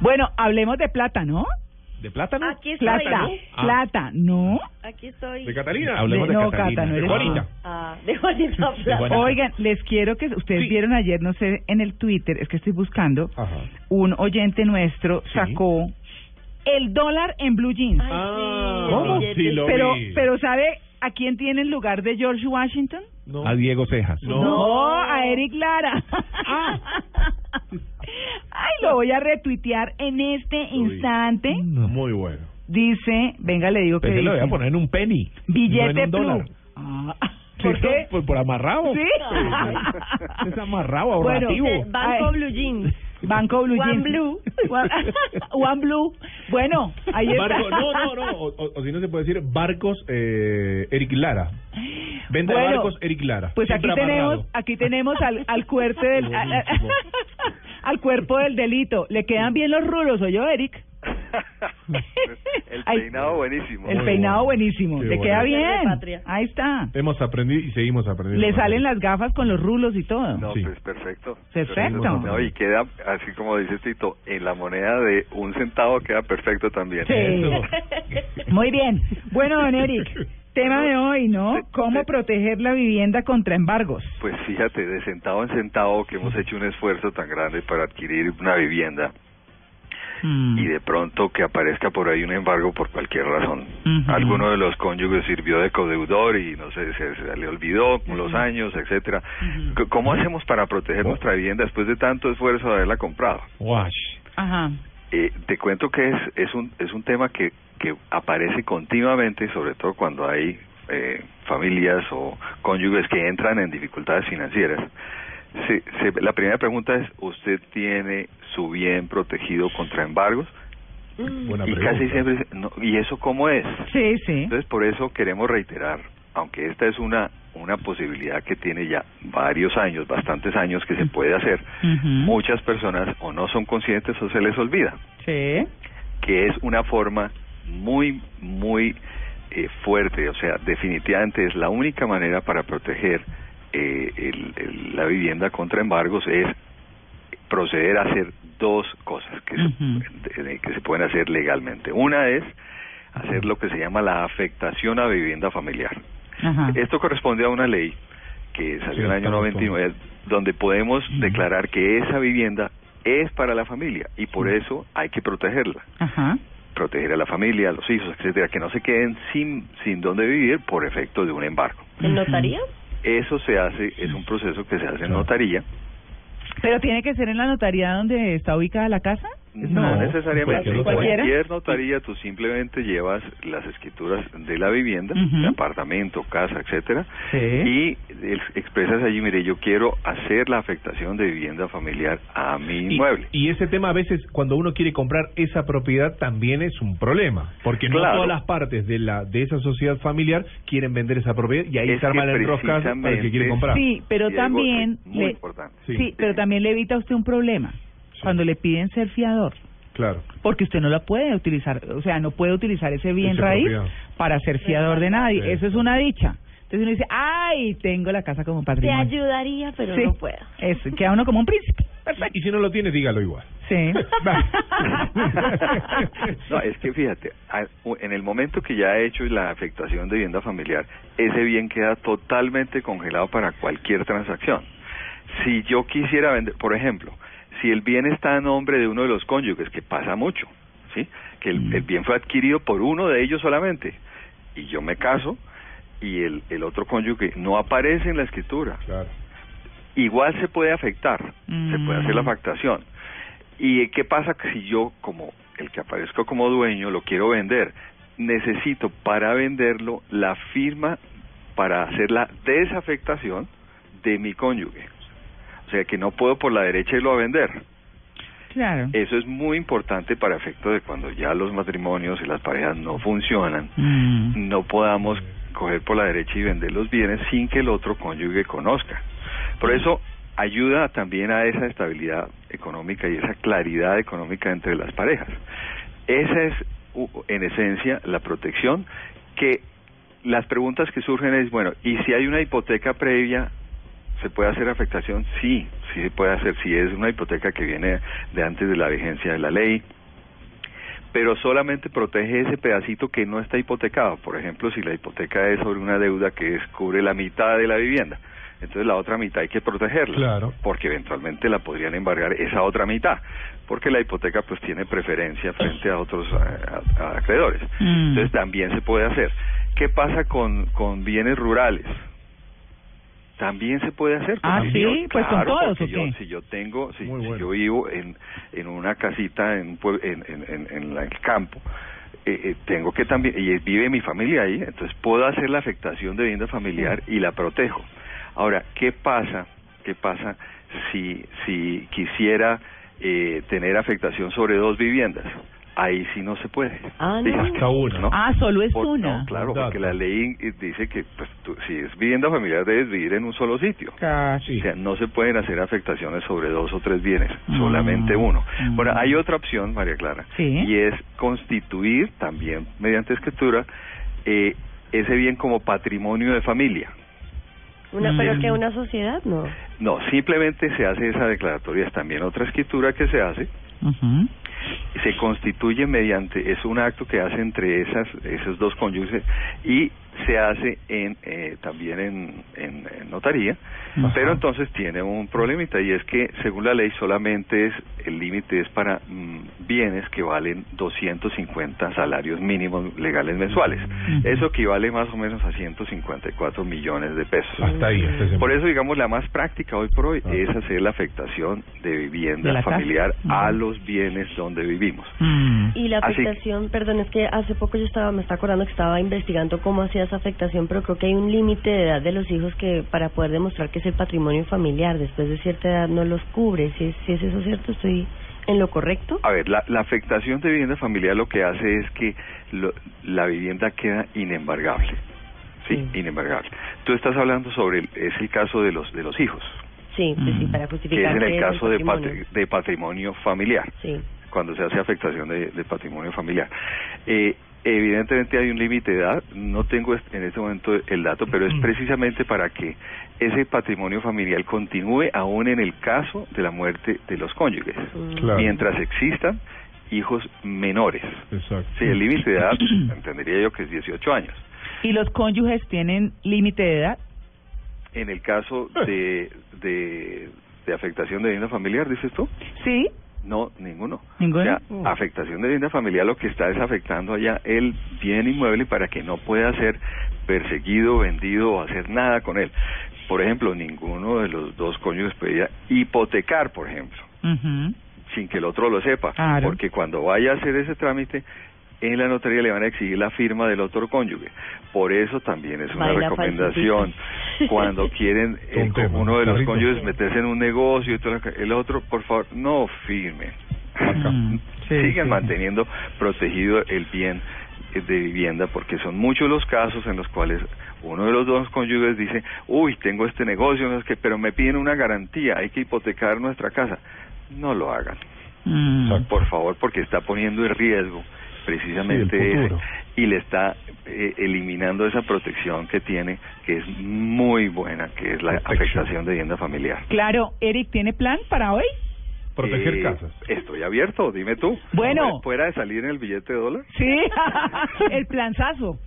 Bueno, hablemos de plata, ¿no? ¿De plátano? Aquí estoy. Plata, Ah. plata, ¿no? Aquí estoy. ¿De Mm, Catalina? Hablemos de No, Catalina. Cata, no ¿De eres Juanita? tú. Ah, de Juanita De Plata. Juanita. Oigan, les quiero que ustedes Sí. vieron ayer, no sé, en el Twitter, es que estoy buscando, Ajá. un oyente nuestro Sí. sacó el dólar en blue jeans. Ay, sí, Ah, ¿Cómo? el billete. Sí, lo- pero, vi. pero ¿sabe a quién tiene en lugar de George Washington? No. A Diego Cejas. No. a Eric Lara. Ay, lo voy a retuitear en este Uy. instante. Muy bueno. Dice, venga, le digo que Pues se lo voy a dice. poner en un penny. no Billete en un dólar. blue. Ah, ¿Por Sí, pues, qué? Por, por amarrado. Sí. Es amarrado, Bueno, eh, ahorrativo. Dice, Banco Ay. Blue Jeans. Banco Blue One Jeans. Blue. One, One Blue. Bueno, ahí está. Barco, no, no, no. O, o- o si no se puede decir barcos eh, Eric Lara. Venta de Bueno, barcos Eric Lara. Pues aquí Siempre tenemos, amarrado. aquí tenemos al, al cuerpo del al, Buenísimo. al cuerpo del delito. Le quedan bien los rulos, oye, Eric. el Ay. peinado buenísimo. El Muy peinado bueno. buenísimo, Qué le bueno. queda Verde bien. patria. Ahí está. Hemos aprendido y seguimos aprendiendo. Le salen las gafas con los rulos y todo. No, Sí. pues perfecto. Perfecto. No, y queda, así como dice Tito, en la moneda de un centavo queda perfecto también. Sí. Muy bien. Bueno, don Eric, tema de hoy, ¿no? ¿Cómo proteger la vivienda contra embargos? Pues fíjate, de centavo en centavo que hemos hecho un esfuerzo tan grande para adquirir una vivienda Mm. y de pronto que aparezca por ahí un embargo por cualquier razón. Ujú. Alguno de los cónyuges sirvió de codeudor y no sé, se, se le olvidó con los años, etcétera. C- ¿Cómo hacemos para proteger nuestra vivienda después de tanto esfuerzo de haberla comprado? Wash. Ajá. Eh, te cuento que es, es un es un tema que, que aparece continuamente, sobre todo cuando hay eh, familias o cónyuges que entran en dificultades financieras. Se- se- la primera pregunta es, ¿usted tiene su bien protegido contra embargos? Buena y pregunta. casi siempre dice, "No, ¿y eso cómo es? Sí, sí. Entonces, por eso queremos reiterar, aunque esta es una, una posibilidad que tiene ya varios años, bastantes años que se puede hacer, Ujú. muchas personas o no son conscientes o se les olvida Sí. que es una forma muy, muy eh, fuerte, o sea, definitivamente es la única manera para proteger eh, el- el- la vivienda contra embargos es proceder a hacer dos cosas que, Ujú. se, de- que se pueden hacer legalmente. Una es hacer lo que se llama la afectación a vivienda familiar. Ajá. Esto corresponde a una ley que salió en el año Cierto, 99, donde podemos Ujú. declarar que esa vivienda es para la familia y por Sí. eso hay que protegerla. Ajá. Proteger a la familia, a los hijos, etcétera, que no se queden sin, sin dónde vivir por efecto de un embargo. ¿En notaría? Eso se hace, es un proceso que se hace en notaría. ¿Pero tiene que ser en la notaría donde está ubicada la casa? No, No, cualquier necesariamente. ¿eh? En notaría. cualquier notaría tú simplemente llevas las escrituras de la vivienda, Ujú. de apartamento, casa, etcétera, Sí. y ex- expresas allí, mire, yo quiero hacer la afectación de vivienda familiar a mi Y- inmueble. Y, ese tema a veces cuando uno quiere comprar esa propiedad también es un problema, porque no Claro. todas las partes de la de esa sociedad familiar quieren vender esa propiedad y ahí Es se arma que el enroscado para el que quiere precisamente- comprar. Sí, pero Y algo también muy le- importante. Sí, Sí. pero también le evita a usted un problema Sí. cuando le piden ser fiador, Claro. porque usted no la puede utilizar, o sea, no puede utilizar ese bien Esa raíz propiedad. para ser fiador de nadie. Sí. Eso es una dicha. Entonces uno dice, ay, tengo la casa como Te patrimonio. ayudaría, pero Sí. no puedo. Es, queda uno como un príncipe. Y si no lo tienes, dígalo igual. Sí. No, es que fíjate, a- u- en el momento que ya he hecho la afectación de vivienda familiar, ese bien queda totalmente congelado para cualquier transacción. Si yo quisiera vender, por ejemplo, si el bien está a nombre de uno de los cónyuges, que pasa mucho, ¿sí? Que el, el bien fue adquirido por uno de ellos solamente, y yo me caso, y el, el otro cónyuge no aparece en la escritura, Claro. igual se puede afectar, Mm. se puede hacer la afectación. ¿Y qué pasa si yo, como el que aparezco como dueño, lo quiero vender? Necesito para venderlo la firma para hacer la desafectación de mi cónyuge. O sea que no puedo por la derecha irlo a vender. claro. Eso es muy importante para efecto de cuando ya los matrimonios y las parejas no funcionan, Mm. no podamos coger por la derecha y vender los bienes sin que el otro cónyuge conozca. Por eso ayuda también a esa estabilidad económica y esa claridad económica entre las parejas. Esa es, u- en esencia, la protección que las preguntas que surgen es, bueno, ¿y si hay una hipoteca previa ¿Se puede hacer afectación? Sí, sí se puede hacer, si es una hipoteca que viene de antes de la vigencia de la ley, pero solamente protege ese pedacito que no está hipotecado. Por ejemplo, si la hipoteca es sobre una deuda que es- cubre la mitad de la vivienda, entonces la otra mitad hay que protegerla, Claro. porque eventualmente la podrían embargar esa otra mitad, porque la hipoteca pues tiene preferencia frente a otros eh, a- a acreedores. Mm. Entonces también se puede hacer. ¿Qué pasa con, con bienes rurales? También se puede hacer. Ah, porque sí, yo- pues con claro, todos, porque ¿o yo- qué? si yo tengo, si, Muy si bueno. yo vivo en, en una casita en, un pue- en, en, en- en la- el campo, eh, eh, tengo que también, y eh, vive mi familia ahí, entonces puedo hacer la afectación de vivienda familiar y la protejo. Ahora, ¿qué pasa? ¿Qué pasa si, si quisiera eh, tener afectación sobre dos viviendas? Ahí sí no se puede. Ah, Sí, no. Hasta una. ¿no? Ah, solo es Por- una. no, claro, Dato. porque la ley eh, dice que pues, tú- si es vivienda familiar debes vivir en un solo sitio. Casi. O sea, no se pueden hacer afectaciones sobre dos o tres bienes, Mm. solamente uno. Mm. Bueno, hay otra opción, María Clara, Sí. y es constituir también mediante escritura eh, ese bien como patrimonio de familia. Una, Mm. pero que una sociedad, no. No, simplemente se hace esa declaratoria, es también otra escritura que se hace, Ujú. se constituye mediante, es un acto que hace entre esas, esos dos cónyuges y se hace en, eh, también en, en- en notaría, Ajá. pero entonces tiene un problemita y es que según la ley solamente es, el límite es para mm, bienes que valen 250 salarios mínimos legales mensuales. Eso equivale más o menos a 154 millones de pesos. Hasta ahí. hasta ese Por punto. eso, digamos, la más práctica hoy por hoy Ah. es hacer la afectación de vivienda De la casa. familiar a Ujú. los bienes donde vivimos. Mm. Y la Así que- afectación, perdón, es que hace poco yo estaba, me está acordando que estaba investigando cómo hacía esa afectación, pero creo que hay un límite de edad de los hijos que para poder demostrar que es el patrimonio familiar, después de cierta edad no los cubre. Si, es- si es eso cierto, estoy en lo correcto. A ver, la, la afectación de vivienda familiar lo que hace es que lo- la vivienda queda inembargable. Sí, Sí. inembargable. Tú estás hablando sobre, el- es el caso de los, de los hijos, Sí, pues sí, Mm. para que es justificar en que el es caso de, patrimonio. patri- de patrimonio familiar. Sí. cuando se hace afectación de, de patrimonio familiar. Eh, evidentemente hay un límite de edad, no tengo est- en este momento el dato, pero es precisamente para que ese patrimonio familiar continúe aún en el caso de la muerte de los cónyuges, Mm. Claro. mientras existan hijos menores. Exacto. Sí, el límite de edad, entendería yo que es 18 años. ¿Y los cónyuges tienen límite de edad? En el caso de, de, de afectación de vivienda familiar, dices tú, Sí. No, ninguno. ¿Ninguno? O sea, Mm. afectación de vivienda familiar lo que está es afectando allá el bien inmueble para que no pueda ser perseguido, vendido o hacer nada con él. Por ejemplo, ninguno de los dos cónyuges podía hipotecar, por ejemplo, Ujú. sin que el otro lo sepa. Claro. Porque cuando vaya a hacer ese trámite, en la notaría le van a exigir la firma del otro cónyuge. Por eso también es una Baila recomendación falsitito. cuando quieren eh, Un tema, como uno de los Carlito. cónyuges meterse en un negocio y todo lo que- el otro, por favor, no firme. Mm, sí, Sigan sí. manteniendo protegido el bien eh, de vivienda porque son muchos los casos en los cuales uno de los dos cónyuges dice, uy, tengo este negocio, no es que, pero me piden una garantía, hay que hipotecar nuestra casa. No lo hagan. Mm. Por favor, porque está poniendo en riesgo precisamente Sí, el eso futuro. y le está eh, eliminando esa protección que tiene, que es muy buena, que es la Protección. afectación de vivienda familiar. Claro, Eric, ¿tiene plan para hoy? Proteger Eh, casas. Estoy abierto, dime tú. Bueno. ¿Fuera de salir en el billete de dólar? Sí, el planzazo.